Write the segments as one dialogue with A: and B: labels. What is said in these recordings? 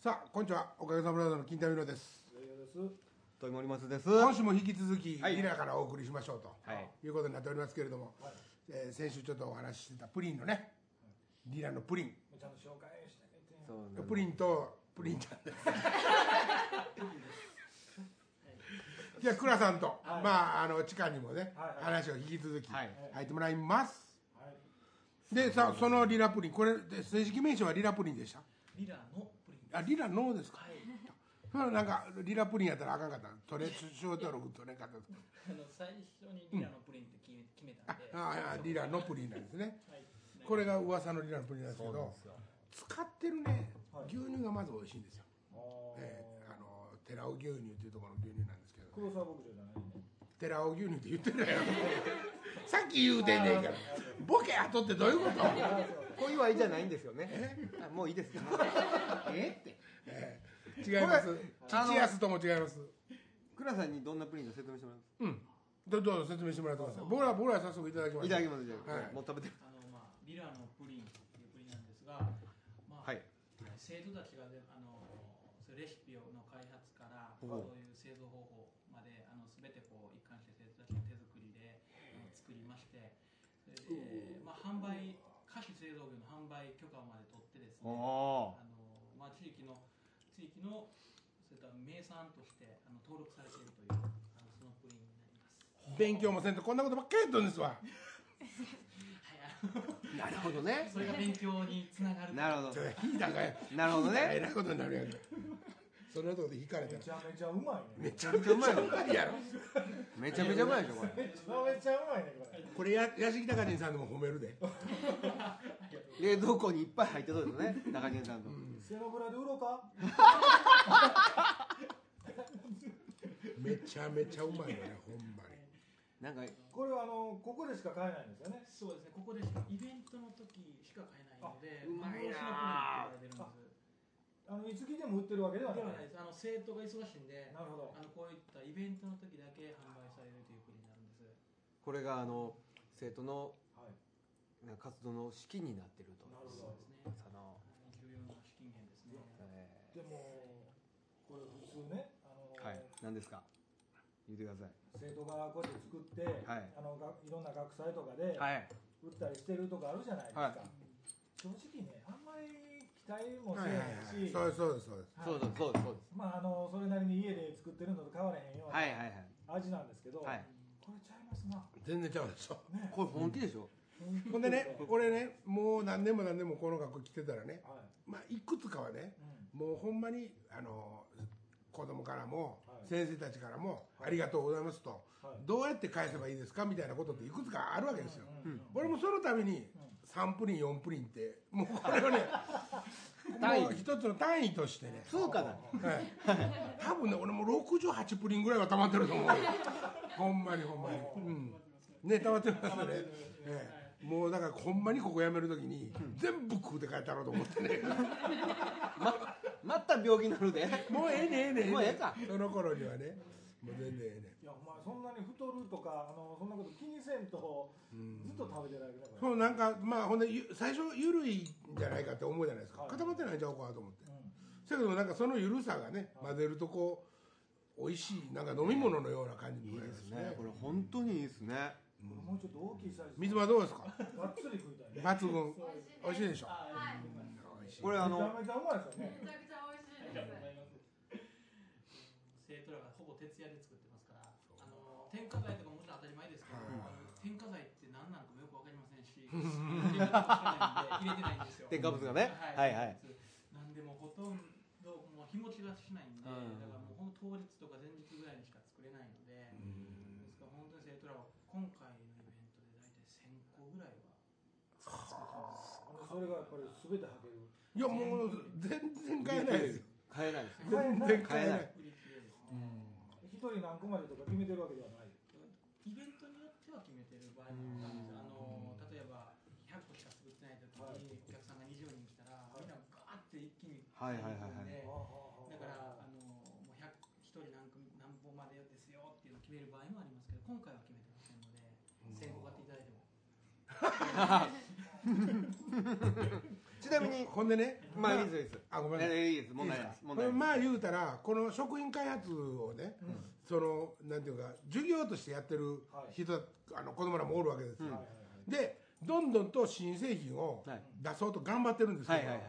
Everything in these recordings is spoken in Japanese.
A: さあこんにちはおかげさまでの金田美濃です
B: 豊森松です。
A: 今週も引き続き
B: はい
A: リラからお送りしましょうと、
B: はい
A: い、うことになっておりますけれども、えー先週ちょっとお話ししてたプリンのねリラのプリン
C: ちゃんと紹介してあげて
B: そうなん
A: プリンとプリンちゃんですじゃあ倉さんと、まああの地下にもね、
C: はいはい
A: 話を引き続き
B: はい
A: 入ってもらいます、
C: はい
A: でさそのリラプリンこれで正式名称はリラプリンでした
C: リラのプリン
A: あリラノーですか、
C: はい
A: それはなんかリラプリンやったらあかんかったのそれ小登録取れんかったんですか
C: あの最初にリラのプリンって決め,、決めたんで
A: あああリラのプリンなんですね
C: はい
A: これが噂のリラのプリンなんですけど使ってるね
C: はい
A: 牛乳がまず美味しいんですよ、
C: あー
A: えーあの寺尾牛乳っていうところの牛乳なんですけど
C: 黒沢牧場じゃないね
A: 寺尾牛乳って言ってるやろさっき言うてんねんからボケ後ってどういうこと
B: 小祝いじゃないんですよね。あもういいですか。えって。
A: えー違います父安とも違います
B: 倉さんにどんなプリンか説明してもらい
A: う
B: ま。
A: んどどうぞ説明してもらってください僕ら僕らは早速いただきますす
B: いただきます。いただきます
A: はい
B: もう食べてる。
C: あのまあリラのプリンっていうプリンなんですが、まあ
B: はい
C: 生徒たちがであのそういうレシピの開発から
B: おう
C: そういう製造方法まであの全てこう一貫して生徒たちの手作りであの作りましてそれで、まあ、販売菓子製造業の販売許可まで取ってですね
B: お
C: あの、まあ、地域の地域のそういった名産としてあの登録されているというあのそのプリンになります。
A: 勉強もせんとこんなことばっかりやっとんですわ
C: はいあの
B: ー。なるほどね。
C: それが勉強につながると
B: なるほ
A: そ
B: ど。
A: れ引いたんかい
B: なるほどね
A: えらいことになるやんか そのとこで引かれた
D: め
A: ら
D: ちゃめちゃうまい
A: め
D: ね
A: ちゃめちゃうまいやろ
B: めちゃめちゃうまいでしょこれ。
D: めちゃめちゃうまいねこれ
A: これや屋敷隆人さんでも褒めるで
B: 冷蔵庫にいっぱい入ってそうです ね。中西さんと。
D: 背脂で売ろうか
A: めちゃめちゃうまいよねほんまに
B: なんか
D: これはあのここでしか買えないんですよね
C: そうですね、ここでしかイベントの時しか買えないので、
B: あうまいな
C: あ幻のプリンって言われてるんです。
D: あのいつ来ても売ってるわけではな
C: で
D: い
C: はないです。あの生徒が忙しいんで、
D: なるほど
C: あのこういったイベントの時だけ販売されるというプリンになるんです。
B: これがあの生徒の
D: はい
B: なんか活動の資金になってると。
D: なるほ
C: そうですね。
B: その。
C: 重要な資金源ですね。
B: え
D: でもこれ普通ねあ
B: ー
D: の、
B: はい。何ですか。言ってください。
D: 生徒がこうやって作って、
B: はい
D: あのがいろんな学祭とかで
B: はい。
D: 売ったりしてるとこあるじゃないですか、
B: はい
D: 正直ねあんまり期待も
A: は
D: せ
A: い
D: え
A: は
D: へ
A: い
D: ん
A: はい
D: し、
A: そうですそうですそうです
B: そうですそうですそうです。
D: まああのそれなりに家で作ってるのと変われへんよう
B: はい
D: な
B: はいはい。
D: 味なんですけど、
B: はい
D: これちゃいますな
A: 全然ちゃうでしょ
D: ね
B: これ本気でしょ。
A: ほんでね俺ねもう何年も何年もこの学校来てたらね
D: は
A: まあいくつかはね
D: い、うん
A: もうほんまにあの子供からも、
D: はい
A: 先生たちからも、ありがとうございますと、
D: はい
A: どうやって返せばいいですかみたいなことっていくつかあるわけですよ、
D: うんうん
A: 俺もそのために3プリン4プリンってもうこれをね
B: 単位
A: もう一つの単位としてね、
B: 通貨だ。
A: はい、 多分ね俺も68プリンぐらいは溜まってると 思うよほんまにほんまに、うん、ね溜まってますよね、ええもうだからほんまにここ辞めるときに全部食うて帰ったろうと思 ってね
B: ま、また病気になるで。
A: もうええねええね
B: もうええか
A: その頃にはねもう全然ええね
D: いやお前そんなに太るとかあのそんなこと気にせんとずっと食べてられるねこ
A: そうなんかまあほんでゆ最初ゆるいんじゃないかって思うじゃないですか、
D: はい
A: 固まってないんちゃうかと思って
D: れ、う
A: だけど
D: ん
A: なんかそのゆるさがね混ぜるとこう美味しいなんか飲み物のような感じに
B: いい
A: なり
B: で
A: ますすね
B: ね。これ本当にいいですね。
D: これもうちょっと大きいサイズ
A: 水間どうですか
D: がっつり食いたいね
A: 抜群美味しいでしょ
C: はい。
A: 美味しい
B: これあ
D: めちゃ
B: の
D: めちゃうまいですよね
E: めちゃくちゃ美味しい
C: ありが
E: で
C: とう
E: す
C: ございます。生徒らがほぼ徹夜で作ってますから、あの添加剤とかもちろん当たり前ですけど、あの添加剤って何なのかもよくわかりませんし、添加剤も知らないんで入れてないんですよ。
B: 添加物がね。はいはい。。
C: なんでもほとんどもう日持ちがしないん
B: う
C: で、だ
B: ん
C: からもうほんと当日とか前日ぐらいにしか作れないので、ですから本当に生徒らは今回のイベントで大体1000個ぐらいは作ってます。
D: それがやっぱり全てはける
A: いやもう全然買えないですよ
B: 買えないですよ。
A: 全然買えない
C: 売り切れですね。
D: 一人何個までとか決めてるわけではない
C: イベントによっては決めてる場合もあるんですよあの例えば100個しか作ってない時にお客さんが20人来たらみんなガーって一気に
B: はいはいはいはい
C: んでだから
D: だ
C: あのもう100 1人何組何本までですよっていうのを決める場合もありますけど今回は決めてませんので1000個買っていただいても
B: ちちなみに
A: ほんでね、
B: まあいいですいいです
A: あごめんなさい
B: えいいです問題ないです問題ないです
A: まあ言うたらこの食品開発をね、そのなんていうか授業としてやってる人、あの子供らもおるわけですよ、でどんどんと新製品を
B: はい
A: 出そうと頑張ってるんですけ
B: は
A: ど、
B: いはいはい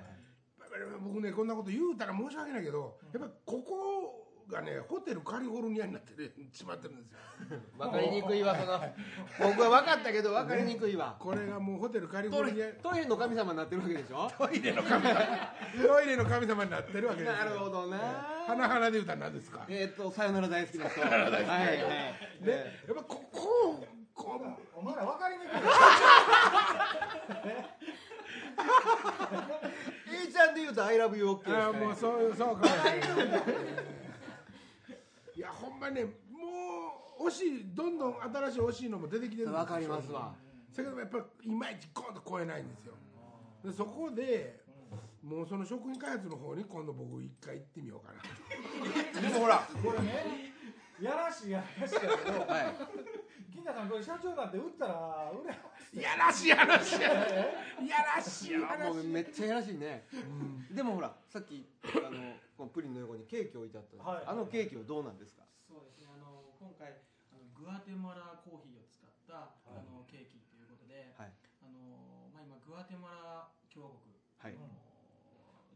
A: 僕ねこんなこと言うたら申し訳ないけどやっぱりここがねホテルカリフォルニアになってるしまってるんですよ
B: わかりにくいわその僕は分かったけど分かりにくいわ
A: これがもうホテルカリフォ
B: ト
A: ル
B: イ
A: ニア
B: レトイレの神様になってるわけでしょ
A: トイレの神様トイレの神様になってるわけですよ
B: なるほどな
A: 花々で歌なんですか
B: えっとさよなら大好きな人はいはい
A: ね、やっぱこここ
D: お前ら分かりにくい
B: えいちゃんで言うと「ILOVEYOUOK」です
A: ああ
B: か
A: もう
B: ね
A: そうそうかもしれないいやほんまねもう惜しいどんどん新しい惜しいのも出てきてるんですよ
B: わかりますわ
A: だけどやっぱりいまいちゴンと超えないんですよでそこでもうその食品開発の方に今度僕一回行ってみようかな
B: でもほら
D: これねやらしいやらしいやけど
B: はい
D: 金田さんこれ社長になって打ったら売れない
A: いやらしい話やいやらしい
B: あもう
A: 話
B: めっちゃやらしいね、でもほらさっきあのこのプリンの横にケーキ置いてあった、
D: はい
B: あのケーキはどうなんですか
C: そうですね、あの今回あの、グアテマラコーヒーを使った、あのケーキということで、
B: はい
C: あのまあ、今、グアテマラ共和国、
B: はい
C: あの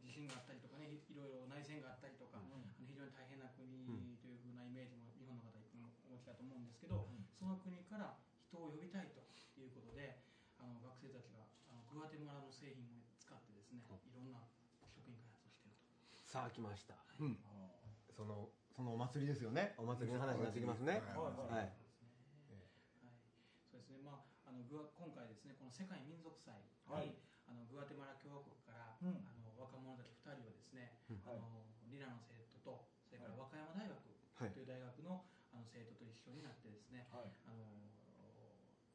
C: 地震があったりとかね、いいろいろ内戦があったりとか、あの非常に大変な国というふうなイメージも日本の方、いつもお持ちだと思うんですけど、その国から人を呼びたいということで、あの学生たちがあのグアテマラの製品を使ってですね、いろんな食品開発をしていると。
B: さあ来ました、
A: うん
B: そのそのお祭りですよねお祭りの話になってきますね、
D: は
B: はい
C: は
D: い
C: い、そうですね、まあ、あのグア今回ですね、この世界民族祭に、
D: はい
C: あのグアテマラ共和国から、
D: うん
C: あの若者たち2人をですね、
D: は
C: あ
D: い
C: のリラの生徒と、それから和歌山大学
B: はい
C: という大学の,、あの生徒と一緒になってですね、
D: はい
C: あの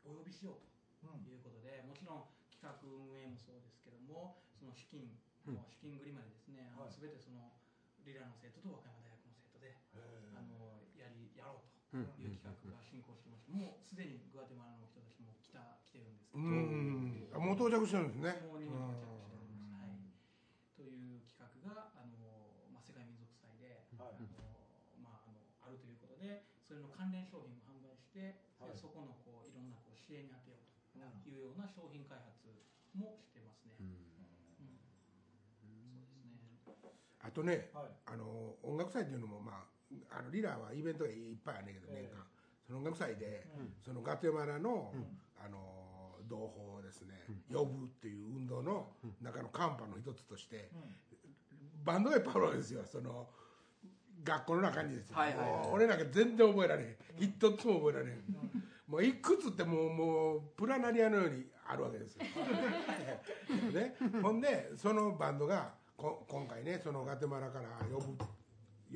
C: お呼びしようと
D: うん
C: いうことで、もちろん企画運営もそうですけども、その資金、
B: うん
C: もう資金繰りまでですね、
D: はい
C: すべてそのリラの生徒と和歌山大学の生徒で、あのやりやろうと。
B: うん
C: いう企画が進行してまして、もうすでにグアテマラの人たちも来た来てるんですけ
A: う
C: ど、
A: んあもう到着してるんですね
C: もう日本に到着しております。はい、という企画があの、まあ、世界民族祭で、
D: は
C: あ
D: い
C: のまあ、あのあるということでそれの関連商品も販売して、
D: はい
C: そこのこういろんなこう支援に当てようというような商品開発もしてますね。うんそうですね
A: あとね
D: はい
A: あの音楽祭っていうのも、まあ、あのリラはイベントがいっぱいあるんねんけど年間、
D: ええ
A: その音楽祭で、
D: うん
A: そのガテマラの,、
D: うん
A: あの同胞をですね、呼ぶっていう運動の中のカンパの一つとして、バンドがいっぱいあるわけですよその学校の中にですよ、
B: はいはいはい
A: もう俺なんか全然覚えられへん、一つも覚えられへん、もういくつってもうもうプラナリアのようにあるわけですよ、 ね、ほんでそのバンドがこ今回ねそのガテマラから呼ぶ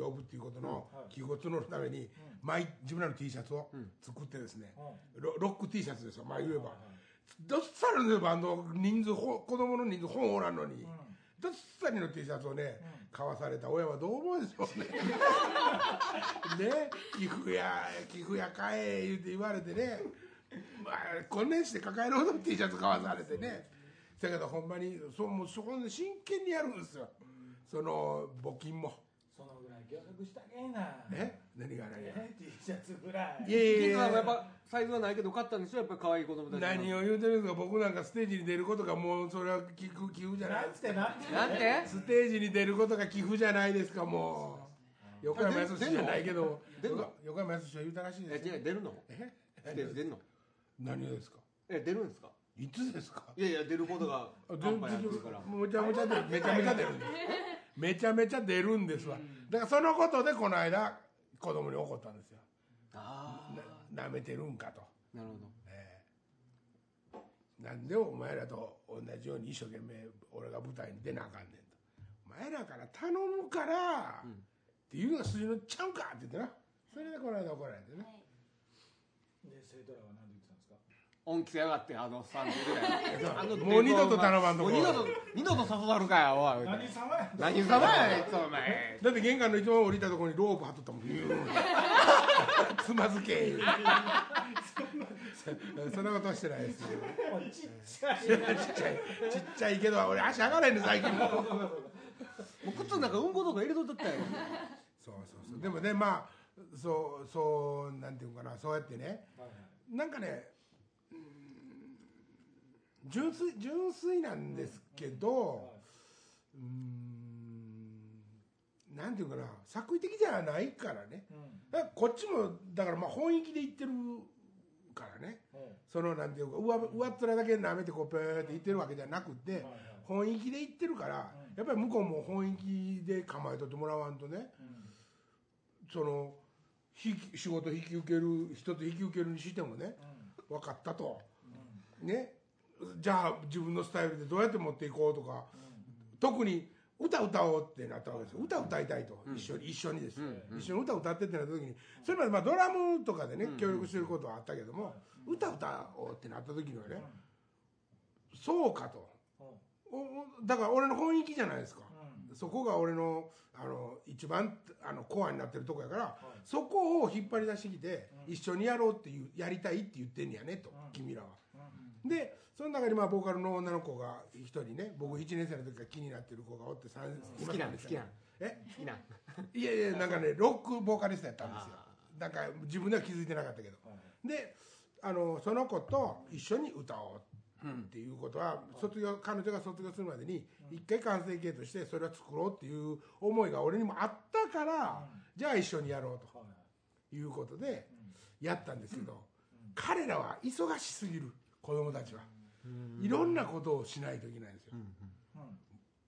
A: 呼ぶっていうことの
D: はい
A: 記号を募るために、毎自分らの T シャツを作ってですね、ロロック T シャツですよまあ言えば、どっさりのバンド人数ほ子供の人数本おらんのに、どっさりの T シャツをね、買わされた親はどう思うんでしょうね ね寄付や寄付や買え言うて言われてねまあこんなんして抱えるほどの T シャツ買わされてねだけどほんまにそうもうそこで真剣にやるんですよその募金も
D: そのぐらい協力したげえな
A: え何が何が
D: え T シャツぐらい
A: いやいや
B: 金
A: い
B: 田さんはや
A: や
B: っぱサイズはないけど買ったんでしょやっぱ可愛い子供たちが
A: 何を言うてるんですか僕なんかステージに出ることがもうそれは寄付寄付じゃない
D: なんてなんて
B: なん て
A: ステージに出ることが寄付じゃないですかもう横山やすしじゃないけ ど
B: 出んの
A: 横山やすしは言うたらしい
B: え
A: です
B: 違
A: よ
B: う出るの
A: え
B: ステージ出るの
A: 何をですか
B: え出るんですか
A: いつですか
B: いやいや出ることが
A: あ
B: 乾杯やってるから
A: めちゃめちゃ出るめちゃめちゃ出るんですめちゃめちゃ出るんですわだからそのことでこの間子供に怒ったんですよ
B: あ
A: な舐めてるんかと
B: あなるほど
A: なんでお前らと同じように一生懸命俺が舞台に出なあかんねんとお前らから頼むから、っていうのが筋のちゃうかって言ってなそれでこの間怒られてね
D: で生徒らは何て言ってたんですか
B: 恩着せやがってあの3時ぐら いあの
A: もう二度と頼まんとこ
B: もう二度と二度と誘わるかよおい
D: 何様や
B: 何様やあいつお前
A: だって玄関の一番降りたとこ ろにロープ張っとったもんつまずけ そんなことはしてないですち
D: もうちっちゃい。
A: っちゃいちっちゃいけど俺足上がれんね最近も
B: もう靴の中うんことか入れとったよ
A: そうそうそうでもねまあそうそうなんていうのかなそうやってねなんかねうん純粋純粋なんですけどうんなんていうのかな作為的じゃないからね
D: うん
A: だからこっちもだからまあ本域で言ってるからねそのなんていうか上上っ面だけ舐めてこうペーって言ってるわけじゃなくて本域で言ってるからやっぱり向こうも本域で構えとってもらわんとねそのひ仕事引き受ける人と引き受けるにしてもね分かったと、ねじゃあ自分のスタイルでどうやって持っていこうとか、特に歌歌おうってなったわけですよ歌歌いたいと、一緒に一緒にです、一緒に歌歌ってってなった時にそれまでまあドラムとかでね、協力してることはあったけども、歌歌おうってなった時にはね、そうかとおおだから俺の本域じゃないですか、そこが俺のあの一番あのコアになってるとこやから、そこを引っ張り出してきて、一緒にやろうっていうやりたいって言ってんねやねと、君らは、でその中にまあボーカルの女の子が一人ね僕1年生の時から気になってる子がおって三
B: 好きなん
A: で
B: ですす好きなん
A: え
B: 好きない
A: やいやなんかねロックボーカリストやったんですよなんか自分では気づいてなかったけど、であのその子と一緒に歌おうっていうことは、卒業彼女が卒業するまでに一回完成形としてそれを作ろうっていう思いが俺にもあったから、じゃあ一緒にやろうということでやったんですけど、彼らは忙しすぎる子供たちは、いろんなことをしないといけないんですよ、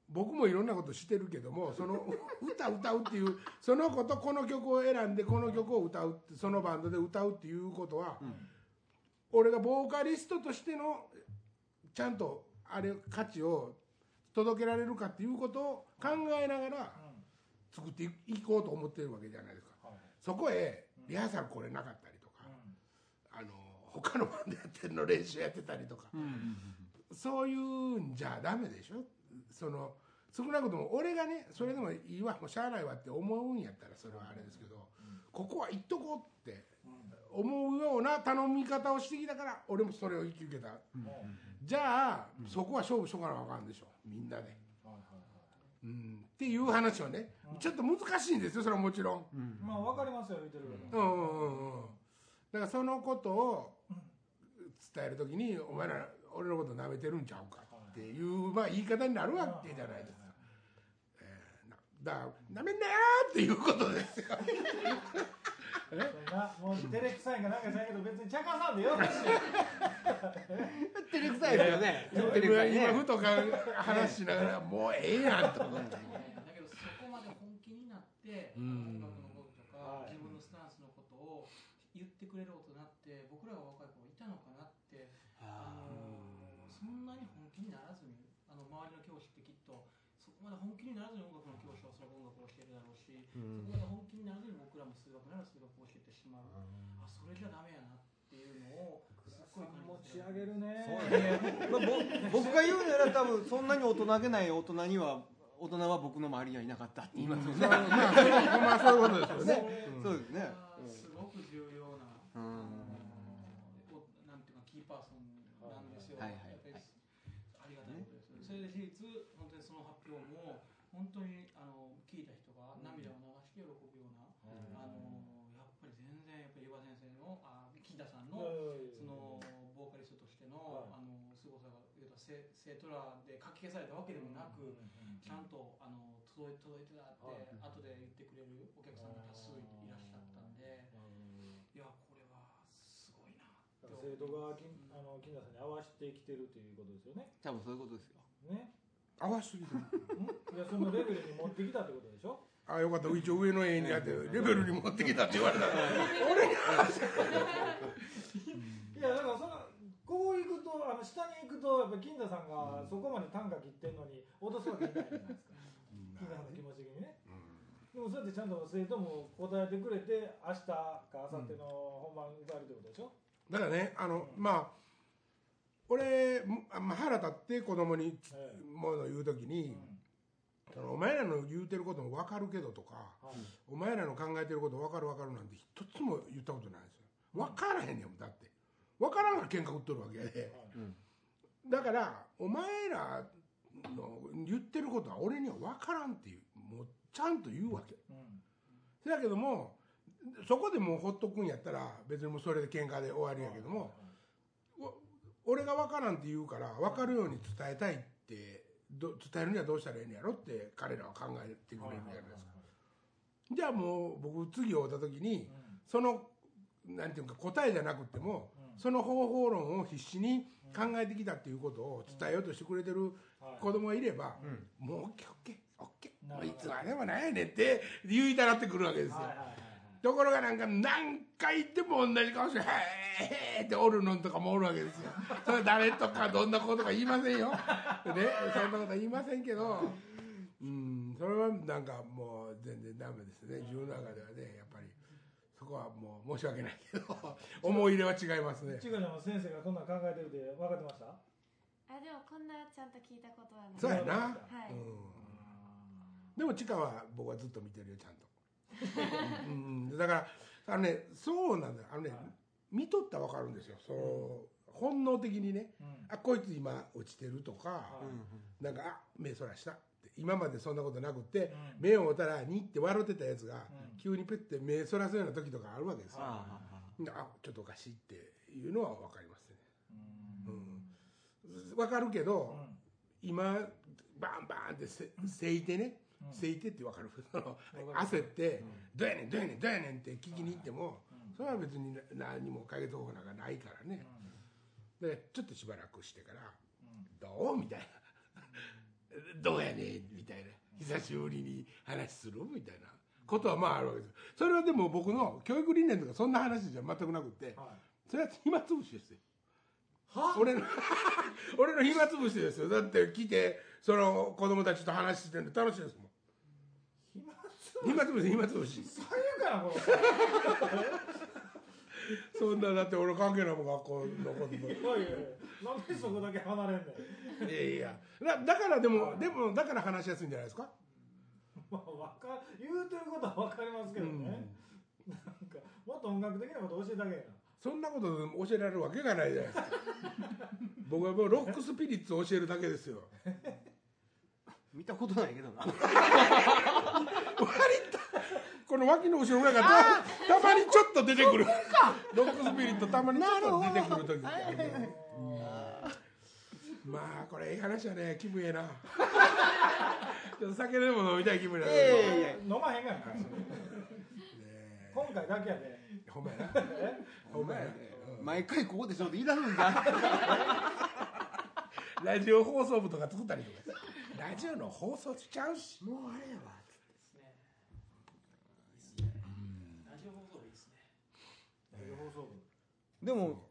A: 僕もいろんなことしてるけどもその歌歌うっていうその子とこの曲を選んでこの曲を歌うってそのバンドで歌うっていうことは、俺がボーカリストとしてのちゃんとあれ価値を届けられるかっていうことを考えながら作っていこうと思ってるわけじゃないですか、そこへリハーサルこれなかったりとか、あの他のバンドやってるの練習やってたりとか、そういうんじゃダメでしょその少なくとも俺がねそれでもいいわもうしゃあないわって思うんやったらそれはあれですけど、ここは行っとこうって思うような頼み方をしてきたから俺もそれを引き受けた、じゃあ、そこは勝負しとかなあかんでしょみんなで、うん、っていう話はね、ちょっと難しいんですよそれはもちろん、
D: まあわかりますよ見てる
A: うんうんうんうんだからそのことを伝えるときにお前ら俺のこと舐めてるんちゃうかっていう、まあ、言い方になるわけじゃないですか、えーなだから舐めんなよっていうことですよ
D: なもう照れくさいかなんかしないけど別に茶化さんでよろしい
B: 照れくさいですよね照れくさい
A: 今
B: ね
A: ふとか話しなが ら、もうええやんと思って
C: だけどそこまで本気になって、
A: う
C: うん音楽のこととか、
D: はい
C: 自分のスタンスのことを言ってくれる大人って僕らが若い頃いたのかなってあのそんなに本気にならずにあの周りの教師ってきっとそこまで本気にならずに音楽の教師はそれは音楽を教えるだろうし、そこまで本気にならずに僕らも数学なら数学を教えてしまう、あそれじゃダメやなっていうのをすっごい
D: 持
C: 感じて
D: ち上げるね
B: まあぼ僕が言うなら多分そんなに大人げない大人には大人は僕の周りにはいなかったって言いますよね、
A: まあまあそうまあそういうことですよね
B: そうですね
C: あーすごく重要な、
B: うん
C: おなんていうかキーパーソンなんですよ、
B: はいはい
C: やっぱりありがたいことです、それで事実本当にその発表も本当にあの聞いた人が涙を流して喜ぶような、あのやっぱり全然やっぱり岩先生のあ木田さんの、そのボーカリストとしての、
D: は
C: あ
D: い
C: の凄さが言うと生生徒らでかき消されたわけでもなく、ちゃんとあの届い届いてたって、後で言ってくれるお客さんが多数いらっしゃったんで、いやこれはすごいなって思
D: 生徒がきあの金田さんに合わせてきてるということですよね
B: 多分そういうことですよ
D: ね
A: 合わしすぎて
D: いやそのレベルに持ってきたってことでしょ
A: あよかった一応上の A にやってレベルに持ってきたって言われたら俺に
D: いやだからそのこう行くとあの下に行くとやっぱ金田さんがそこまで単価切ってんのに落とすわけないじゃないですか金田さんの気持ち的にね、でもそうやってちゃんと生徒も答えてくれて明日か明後日の本番歌えるってことでしょ、
A: だからねあの、まあ俺むあまあ腹立って子供につ
D: ええ
A: もの言う時に、そのお前らの言うてることも分かるけどとか、
D: はい
A: お前らの考えてること分かる分かるなんて一つも言ったことないですよ分からへんねんもんだって分からんから喧嘩売っとるわけやで、
B: うん
A: だからお前らの言ってることは俺には分からんっていうもうちゃんと言うわけ
D: うん
A: せやけどもそこでもうほっとくんやったら別にもうそれで喧嘩で終わりやけども、わ俺が分からんって言うから分かるように伝えたいってど伝えるにはどうしたらいいんやろって彼らは考えてくれるじゃないですか、じゃあもう僕次会った時にそのなんていうか答えじゃなくても
D: うん
A: その方法論を必死に考えてきたっていうことを伝えようとしてくれてる
D: はい
A: 子供がいれば
B: うん
A: もうオッケーオッケーオッケー
D: な
A: も
D: る
A: う
D: ほ
A: いつ
D: ど
A: までもなんやねんって言いたなってくるわけですよ
D: はいはいはい
A: ところがなんか何回言っても同じ顔して「へえ」っておるのんとかもおるわけですよそれ誰と かどんなことか言いませんよ、ね、そんなことは言いませんけどうんそれはなんかもう全然ダメですね自分の中ではねやっぱりそこはもう申し訳ないけど思い入れは違いますね
D: ちぐちゃんも先生がこんなん考えてるって分かってました
E: あでもこんなちゃんと聞いたことはない
A: そうやな、
E: はい
A: うん、でもチカは僕はずっと見てるよちゃんとうん、だからあのねそうなんだよあのね、
D: はい
A: 見とったら分かるんですよその本能的にね
D: うん
A: あこいつ今落ちてるとか、
D: う
A: なんかあ目そらしたって今までそんなことなくって、
D: うん
A: 目を追ったらにって笑ってたやつが、
D: うん
A: 急にペッて目そらすような時とかあるわけですよ、
B: あ
A: であちょっとおかしいっていうのは分かりますね、
D: うん
A: うん、分かるけど、今バンバンってせせいてね、
D: うん
A: せいてって分かる その
D: わか
A: 焦って、どうやねんどうやねんどうやねん」って聞きに行っても、
D: うん
A: それは別にな何も解決方法なんかないからね、でちょっとしばらくしてから「どう?」みたいな 「どうやねん」みたいな「久しぶりに話する?」みたいなことはまああるわけですそれはでも僕の教育理念とかそんな話じゃ全くなくって
D: はい
A: それは暇つぶしですよ
D: は
A: 俺の 俺の暇つぶしですよだって来てその子供たちと話してるの楽しいですもん
D: 暇
A: 暇
D: つ
A: つぶし暇つぶし
D: 最悪やなこの
A: そんなだって俺関係ないもん学校のことと
D: おいおいおいなんでそこだけ離れんねん
A: いやいやだだからでもでもだから話しやすいんじゃないですか
D: まあわか言うてることは分かりますけどね、なんかもっと音楽的なこと教えてあげえ
A: そんなこと教えられるわけがないじゃないですか僕はもうロックスピリッツを教えるだけですよ
B: 見たことないけどな
A: この脇の後ろぐらいからたたまにちょっと出てくるロックスピリットたまにちょっと出てくる時があるけどうんまあこれいい話やね気分ええな ちょっと酒でも飲みたい気分やな、
B: ええ
D: ない
B: やいや
D: 飲まへんがな今回だけやで
A: ほんまやなほんまやね、うん
B: 毎回ここでしょって言い出すんじゃ
A: ラジオ放送部とか作ったりとかさラジオの放送しちゃうし
B: んもうあれやわ
C: ですねいいっすねラジオ放送いいですね
D: 放送部
B: でも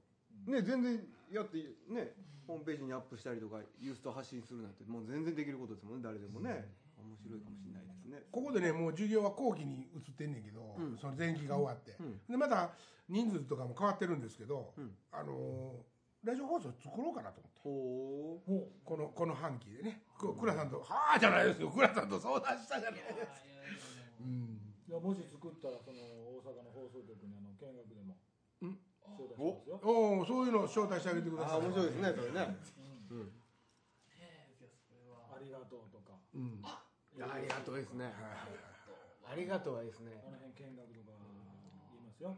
B: ね全然やってねホームページにアップしたりとかユースト発信するなんてもう全然できることですもんね誰でもね面白いかもしれないですね
A: ここでねもう授業は後期に移ってんねんけど、
B: うん
A: その前期が終わって、
B: うん
A: でまた人数とかも変わってるんですけど、
B: うん
A: あのーラジオ放送作ろうかなと思って
B: ほう
D: ほ
A: このこの半期でねく倉さんと「はあ」じゃないですよ倉さんと相談したじゃない
C: いやいや
A: う
C: い
A: ん
C: や
D: ういやもし作ったらその大阪の放送局にあの見学でも
A: うん
D: 招待しますよ
A: おおそういうのを招待してあげてくだ
B: あ
A: さ
B: あ
A: い
B: 面白いですねそれねうん
C: ねえいやそれは
D: ありがとうとか
A: うん、
B: ありがとうですね
A: はいはいはい
B: ありがとうはいいですね
D: この辺見学とか言いますよ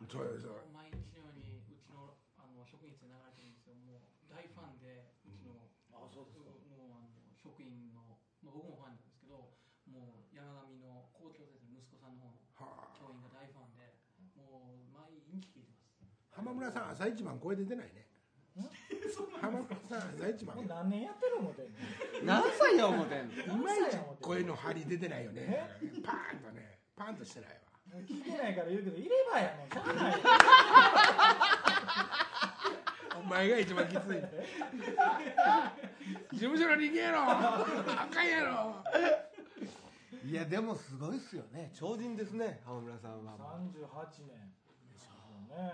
A: うん、そうですそう
C: 毎日のようにうちのあの職員室に流れてるんですよもう大ファンでうちの、
D: あそうですか
C: もうあの職員の、まあ、僕もファンなんですけどもう山上の校長先生の息子さんの方の
A: はあ
C: 教員が大ファンでもう毎日聞いてます
A: 浜村さん朝一番声出てないね浜村さん朝一番
D: もう何年やってる思てんの
B: 何歳や思てんの
D: うまいじゃん
A: 声の張り出てないよねパーンとねパーンとしてないわ
D: 聞いてないから言うけどいればやもんしゃあないよ
A: お前が一番きつい事務所の人間やろ赤いやろ
B: いやでもすごいっすよね超人ですね浜村さんは
D: 38年そうね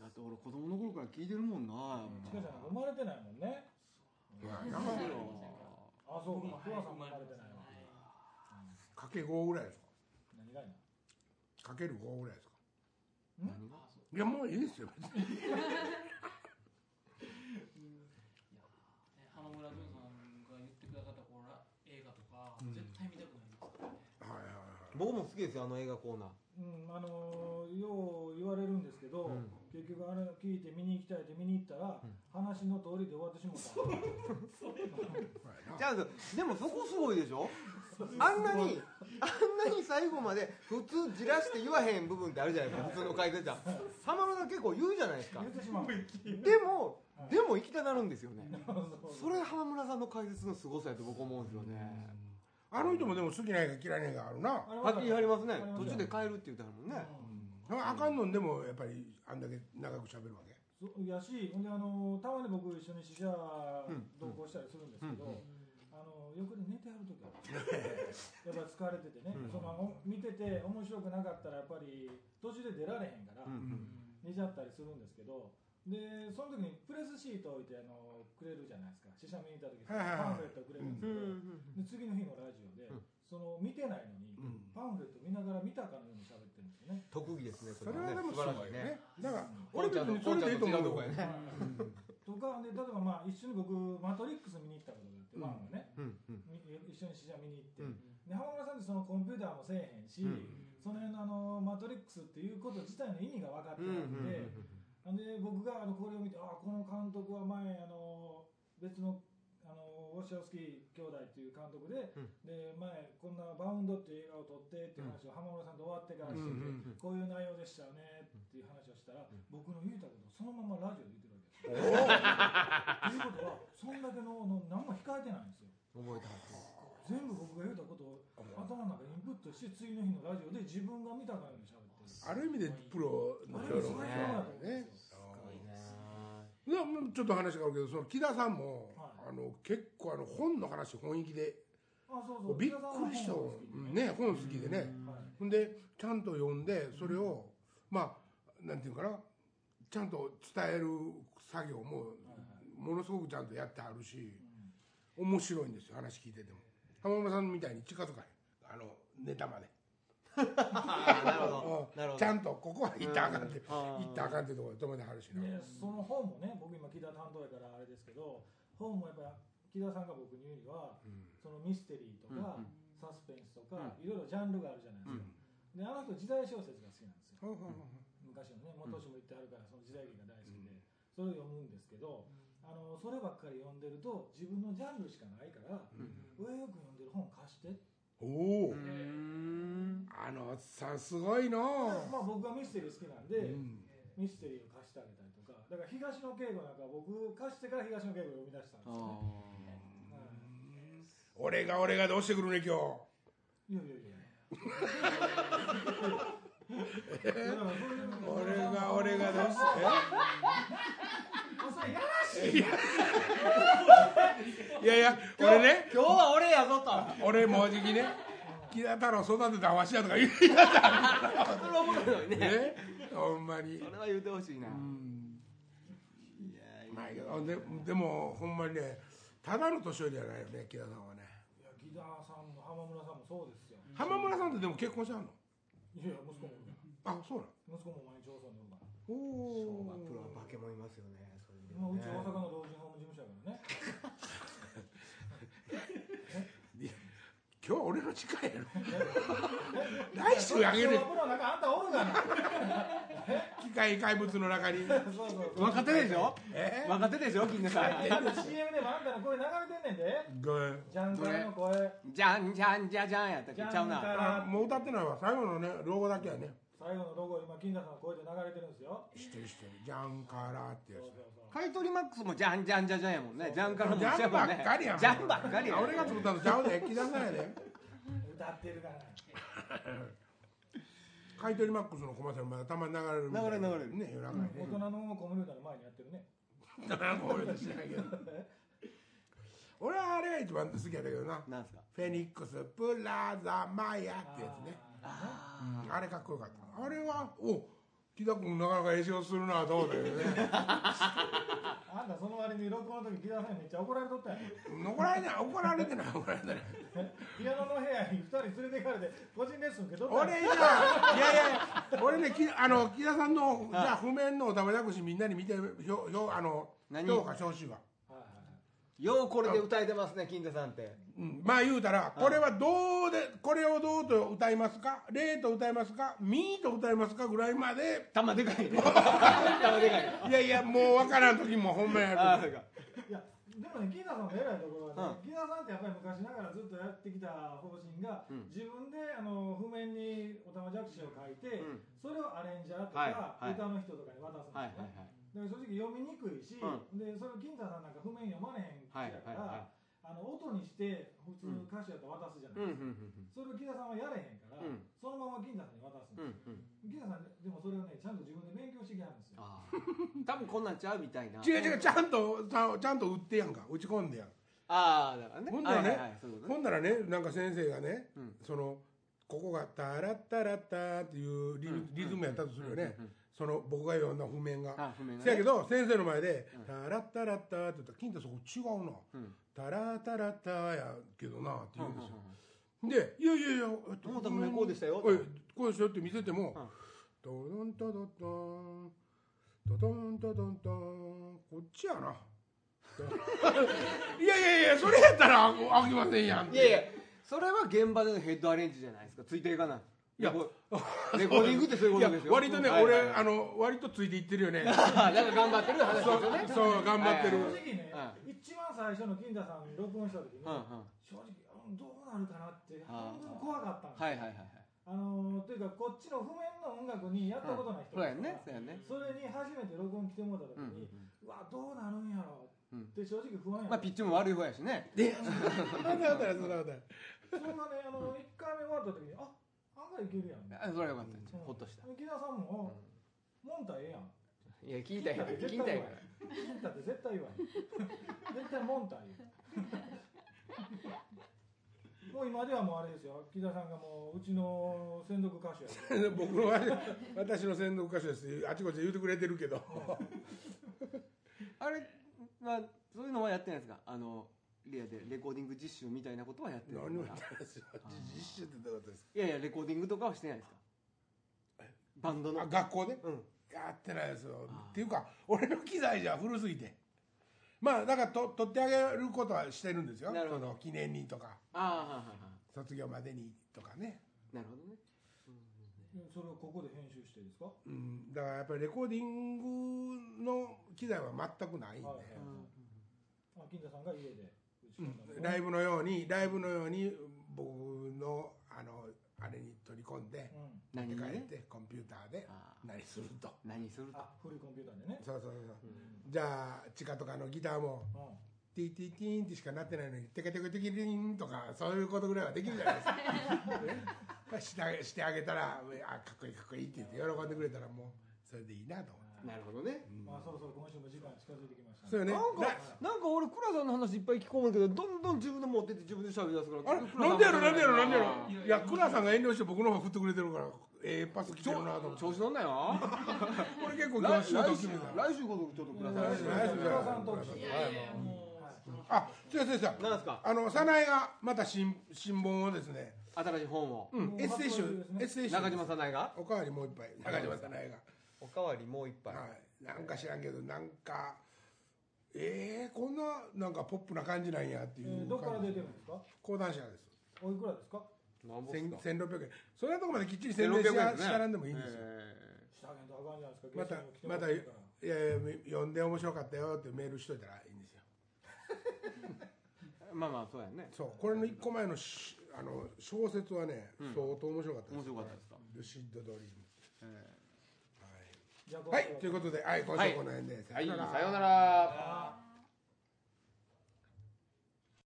B: だって俺子供の頃から聞いてるもんな
D: ちかちゃんなんか生まれてないもんねあそう
C: 僕も
D: か
C: 早
D: 桑
C: く
D: さ
C: 生
D: んも
C: ま
D: 生ま
C: れ
D: れ
C: て
D: てな
C: ないい
D: わ
A: かけ5ぐらいです
D: 何がいな
A: かかける5ぐらいですか
B: 何が
A: いやもういいですよ別に
B: 僕も好きですよあの映画コーナー
D: うん、あのーよう言われるんですけど、
B: うん
D: 結局あれ聞いて見に行きたいって見に行ったら、
B: うん
D: 話の通りで終わってしまった
A: そう
B: じ
A: やな
B: ゃあでもそこすごいでしょあんなにあんなに最後まで普通じらして言わへん部分ってあるじゃないですか普通の解説者浜野さん結構言うじゃないですか
D: 言ってし まう
B: でも
D: はい
B: でも行きたなるんですよね
D: そ
B: それ浜村さんの解説の凄さやと僕思うんですよね
A: あの人もでも好きな映画嫌いな映画あるな、
B: はっきり言われますね
D: あります
B: 途
D: ね
B: 中で帰るって言ってはるもんね
A: だからあかんのんでもやっぱりあんだけ長く喋るわけ
D: そうやしほんであのーたまに僕一緒に試写
B: ん
D: 同行したりするんですけど、
B: うんう
D: あのー横で寝てはる時ある やっぱ疲れててね、
B: うん
D: その見てて面白くなかったらやっぱり途中で出られへんから、
B: うんうん
D: 寝ちゃったりするんですけどでその時にプレスシート置いてあのくれるじゃないですか試写見に行った時に
A: はいはいはい
D: パンフレットくれるんです
B: う
D: けど、
B: ん
D: で次の日のラジオで、
B: うん
D: その見てないのに、
A: うん
D: パンフレット見ながら見たかのように喋ってるんですよね、
B: 特技ですね
A: それはでもすごいよねだから
B: こ
A: 俺
B: ち
A: 別
B: ゃんの
A: にそれでいいと思うよ
B: こんちゃんの違うとこやね
D: とかで例えばまあ一緒に僕「マトリックス」見に行ったことがあって、
A: うん
D: ワンをね
B: うんうん
D: み一緒に試写見に行って、
B: うん
D: で浜村さんってそのコンピューターもせえへんし、
B: うん
D: その辺のあのマトリックスっていうこと自体の意味が分かって
B: うんう
D: なんく
B: う
D: て、
B: ん
D: なんで僕があのこれを見てあこの監督は前あの別のあのウォシャウスキー兄弟っていう監督で,、
B: うん
D: で前こんな「バウンド」っていう映画を撮ってっていう話を浜村さんと終わってからしてて、
A: うんうんうん
D: こういう内容でしたよねっていう話をしたら、僕の言うたことをそのままラジオで言ってるわけですよ。ということはそんだけのの何も控えてないんですよ。
B: 覚えたは
D: 全部僕が言うたことを頭の中にインプットして次の日のラジオで自分が見たかのように喋ってる。
A: ある意味でプロの人だろうねいやもうちょっと話があるけどその木田さんも、
D: は
A: あの結構あの本の話本域で
D: あそうそう
A: びっくりした
D: 北
A: わ
D: 澤さんの本が好きで
A: うんね本好きでね
D: はい
A: ほんでちゃんと読んでそれをまあなんていうかなちゃんと伝える作業もものすごくちゃんとやってあるし面白いんですよ話聞いてても浜村さんみたいに近づかへんあのネタまで
B: なるほ
A: う
B: ど
A: ん
B: なるほど
A: ちゃんとここは行ったらあかんって
B: あー
A: 行ったらあかんってところで止めてはるしな
D: でその本もね僕今木田担当やからあれですけど本もやっぱ木田さんが僕に言うには、そのミステリーとか、
B: うん
D: サスペンスとか、いろいろジャンルがあるじゃないですか、であの人時代小説が好きなんですよ
A: ほうほうほう
D: 昔のね元氏も言ってはるからその時代劇が大好きで、それを読むんですけど、あのそればっかり読んでると自分のジャンルしかないから、上よく読んでる本貸してって
A: おお、
B: うーん
A: あのおっさんすごいの
D: まあ僕がミステリー好きなんで、
A: うん
D: ミステリーを貸してあげたりとかだから東野圭吾なんか僕貸してから東野圭吾を読み出したんで
B: あ
D: すよね、は
A: 俺が俺がどうしてくるね今
D: い、いやいやい やだからそういうの
A: 日俺が俺がどうしてえいやいやいや俺ね
B: 今日は俺やぞと
A: 俺もうじきね木田太郎育てたわしやとか言う
B: それはおもろいのにね
A: ねほんまに
B: それは言うてほしいな
A: うん
B: いや
A: まあいいけどででもほんまにねただの年寄りじゃないよね木田さんはね
D: いや木田さんも浜村さんもそうですよ
A: 浜村さんってでも結婚しちゃうの
D: いやいや息子もいるから
A: あそうなの
D: 息子も毎日放送に読む
A: おお
B: ま
D: から
B: あプロは化け物いますよねそういう
D: まあ
B: の
D: う
B: ね
D: ち大阪の老人ホーム事務所やからね
A: 今日は俺の時間やろ 来週あげる
D: 小学校の中あんたおるがな
A: 機械怪物の中に
D: そうそうそう
B: 若手でしょ
A: え
B: 若手でしょ金田さん
D: CM でもあんたの声流れてんねんで
A: ー、ごめん
D: ジャンからの声
B: じゃんじゃんじゃじゃんやったっけ
D: ジ
B: ち
D: ャン
B: ゃう
D: か
B: な
A: あ
D: ら
A: もう歌ってないわ最後のね老後だけはね
D: 最後のロゴ今金田さんの声で流れてるんですよ
A: 知ってる知ってるジャンカラってや
D: そう
A: つ
D: そうそう
B: 買い取りマックスもじゃんじゃんじゃじゃんやもんねじゃんからも
A: ジャンばっ
B: ね
A: かりやもん
B: じゃんばっかりや
A: 俺が作ったのちゃうで木田さんやで
D: 歌ってるから
A: 買い取りマックスのコマーシャルまだたまに流れるみたい
B: 流れる流れる
A: ね夜中に
D: 大人のコンピューターの前にやってるね
A: だからもう俺としてないけど 俺はあれが一番好きやったけどな
B: なんすか
A: フェニックスプラザマヤってやつねうんあれかっこよかったあれはお木田君なかなかええ仕事するなと思ったけどね
D: あんたその割に録音の時木田さんにめっちゃ怒られとったやん
A: 怒られない怒られてない怒られてない
D: ピアノの部屋に2人連れて行かれて個人レッスン受け取った
A: 俺
D: やん
A: じゃあいやいやいや俺ねきあの木田さんのじゃあ譜面のおたまじゃくしみんなに見てひょひょあの
B: 何
A: 評価昇進は
D: はいはいはい
B: ようこれで歌えてますね金田さんって
A: うんまあ言うたら、これはどうで、これをどうと歌いますか、レーと歌いますか、ミーと歌いますかぐらいまで、
B: 玉でか い玉でかい
A: いやいや、もうわからん時もほんま
B: あ
A: や
B: あそ
A: る。
B: うか
D: いやでもね金田さんの偉いところはね、金田さんってやっぱり昔ながらずっとやってきた方針が、
B: うん
D: 自分であの譜面におたまじゃくしを書いて、
B: うん
D: それをアレンジャーとか、
B: はいはい
D: 歌の人とかに渡すんですよ
B: はいはい
D: ね、
B: はい
D: だから正直読みにくいし、
B: う
D: でそれ金田さんなんか譜面読まれへん
B: はい
D: だか
B: はいは
D: ら、あの音にして普通歌手やったら渡すじゃ
B: うん
D: な
B: うん
D: いですか、それを金田さんはやれへんから、
B: うん
D: そのまま金田さんに渡すん
B: うんうんうんうん
D: です、金田さんでもそれをねちゃんと自分で勉強してきはるんですよ
B: ああ多分こんなんちゃうみたいな
A: 違う違う、ちゃんと、ちゃんちゃんと売ってやんか、打ち込んでやん。
B: ああだからね
A: ほんならね
B: はいはいはいそういうこ
A: ほんな
B: とね
A: らね、なんか先生がね、
B: うん
A: その、ここがタラッタラッタっていうリ,、リズムやったとするよね、
B: うんうんうん
A: その僕が読んだ譜面が。
B: ああ譜面が
A: せやけ
B: ね
A: ど、先生の前で
B: うん、
A: タラッタラッタって言ったら、金太そこ違うな。
B: うん
A: タラタラタやけどなって言うんですよ。
B: う
A: で、いやいやいや、
B: 友達もねこうでしたよ
A: おいこうでしたよって見せても、ドドンタドドン、ドドンタドンタン、こっちやな。 いやいやいや、それやったらああきませんやんっ
B: ん
A: て。
B: いやいやそれは現場でのヘッドアレンジじゃないですかついていかない
A: いや
B: レコレコーディングってそういう
A: い
B: こと
A: や
B: ですよ
A: 割とね、
B: はいはい
A: 俺、あの、割とついていってるよね。
B: あなんか頑張ってる話です
A: そう
B: よ
A: そう
B: ね、
A: 頑張ってる。
D: 正直ね、
B: は
D: 一番最初の金田さんに録音した時
B: う
D: に、
B: んうんは
D: 正直うんどうなるかなって
B: あ
D: 本当に怖かったんで
B: い
D: す
B: はいはいはい
D: あのーというかこっちの譜面の音楽にやったことない人
B: そう
D: で
B: や
D: す
B: ん
D: から
B: ねそうやんね
D: それに初めて録音来てもらった
B: うん
D: 時
B: うん
D: に、うわどうなるんやろ
B: うん
D: って正直不安
B: う
D: や
B: んまあ
D: った
B: ピッチも悪い方やしね
A: で、そんなことないそんなことない
D: そんなねあの1回目終わった時にあ案外いけるやん
B: あそれはよかったです
D: うん
B: ほっとした
D: 木田さんも「もんたええや
B: いや
D: ん」
B: 聞いたよ聞いたよ
D: 「金田って絶対言わへん絶対もんた言うもう今ではもうあれですよ木田さんがもううちの専属歌手や で
A: 僕のあれ私の専属歌手ですってあちこちで言うてくれてるけど
B: あれまあそういうのはやってないですかあのリアでレコーディング実習みたいなことはやってない
A: 何も言ってないですよ
B: あー
A: 実習ってどういうことです
B: いやいやレコーディングとかはしてないですかバンドの
A: かあ学校で
B: うん
A: やってないですよ
B: あー
A: っていうか俺の機材じゃ古すぎてまあだからと取ってあげることはしてるんですよ
B: なるほ
A: そ
B: ど
A: の記念にとか
B: ああはいはいは
A: 卒業までにとかね、
B: いなるほどね
D: それをここで編集してですか
A: うん、だからやっぱりレコーディングの機材は全くないんで、
D: はいあ金田さんが家で打ち込んだのね
A: ライブのようにライブのように僕のあのあれに取り込んで
D: うん
A: 持って
B: 何
A: 帰
B: に
A: っ
B: ね
A: てコンピューターで
B: あー
A: 何すると
B: 何すると
D: あフルコンピューターでね
A: そうそうそうじゃあ地下とかのギターも
D: う
A: ティーティーティーンってしかなってないのにテケテケテケリンとかそういうことぐらいはできるじゃないですかねしてあげしてあげたらあかっこいいかっこいいって言って喜んでくれたらもうそれでいいなと思って
B: なるほどね
D: んまあそろそろ今週も時間近づいてきました
A: そうよね
B: なん
A: な
B: かなんか俺倉さんの話いっぱい聞こえるけどどんどん自分で持ってって自分で喋り出すから
A: あれ
B: 結局倉
A: な
B: さ
A: んでやろなんでやろ
B: も
A: なんでや
B: あ
A: ろいやクラさんが遠慮して僕の方が振ってくれてるからええパス来てるなと思
B: ー
A: って
B: 調子乗ん なよ
A: これ結構
B: 来
A: 今
B: 来
A: 日
B: 週
A: シュート
B: 来
A: 決めた
B: 週こそちょっと倉
A: 来
B: さ
A: 週
B: ん
A: 来週
D: 黒さんトーク
C: いやいやいやもう楽しか
A: あ
C: ったです
A: 違う違う違う
B: なんですか
A: あの早苗がまた新新本をですね、
B: 新しい本を
A: うん、エッセイ集エッセイ集
B: 中島さないが
A: おかわりもう一杯中島さないが
F: おかわりもう一杯。
A: はい、なんか知らんけどなんかえー、こんななんかポップな感じなんやってい
D: えー
A: う
D: どっから
A: 感じ
D: 出てるんですか
A: 講談社です
D: おいくらですか
B: なんぼっす
A: 千
B: か
A: 1600円そんなとこまできっちり宣伝しやしからんでもいいんですよ、
B: え
D: 下げんとあかんじゃないですか
A: また
D: ゲストにも
A: いやい
D: 来てもらってるから
A: や読んで面白かったよってメールしといたらいいんですよ
B: ーまあまあそうやね
A: そうこれの1個前のしあの小説はね、
B: ん
A: 相当面白かったです
B: 面白かったですか
A: ルシッドドリーム
B: え
A: はい
D: じゃあ
A: はい、ということで、はい、今週はこの辺で、
B: ーはい
A: さようなら
B: さようなら
D: あー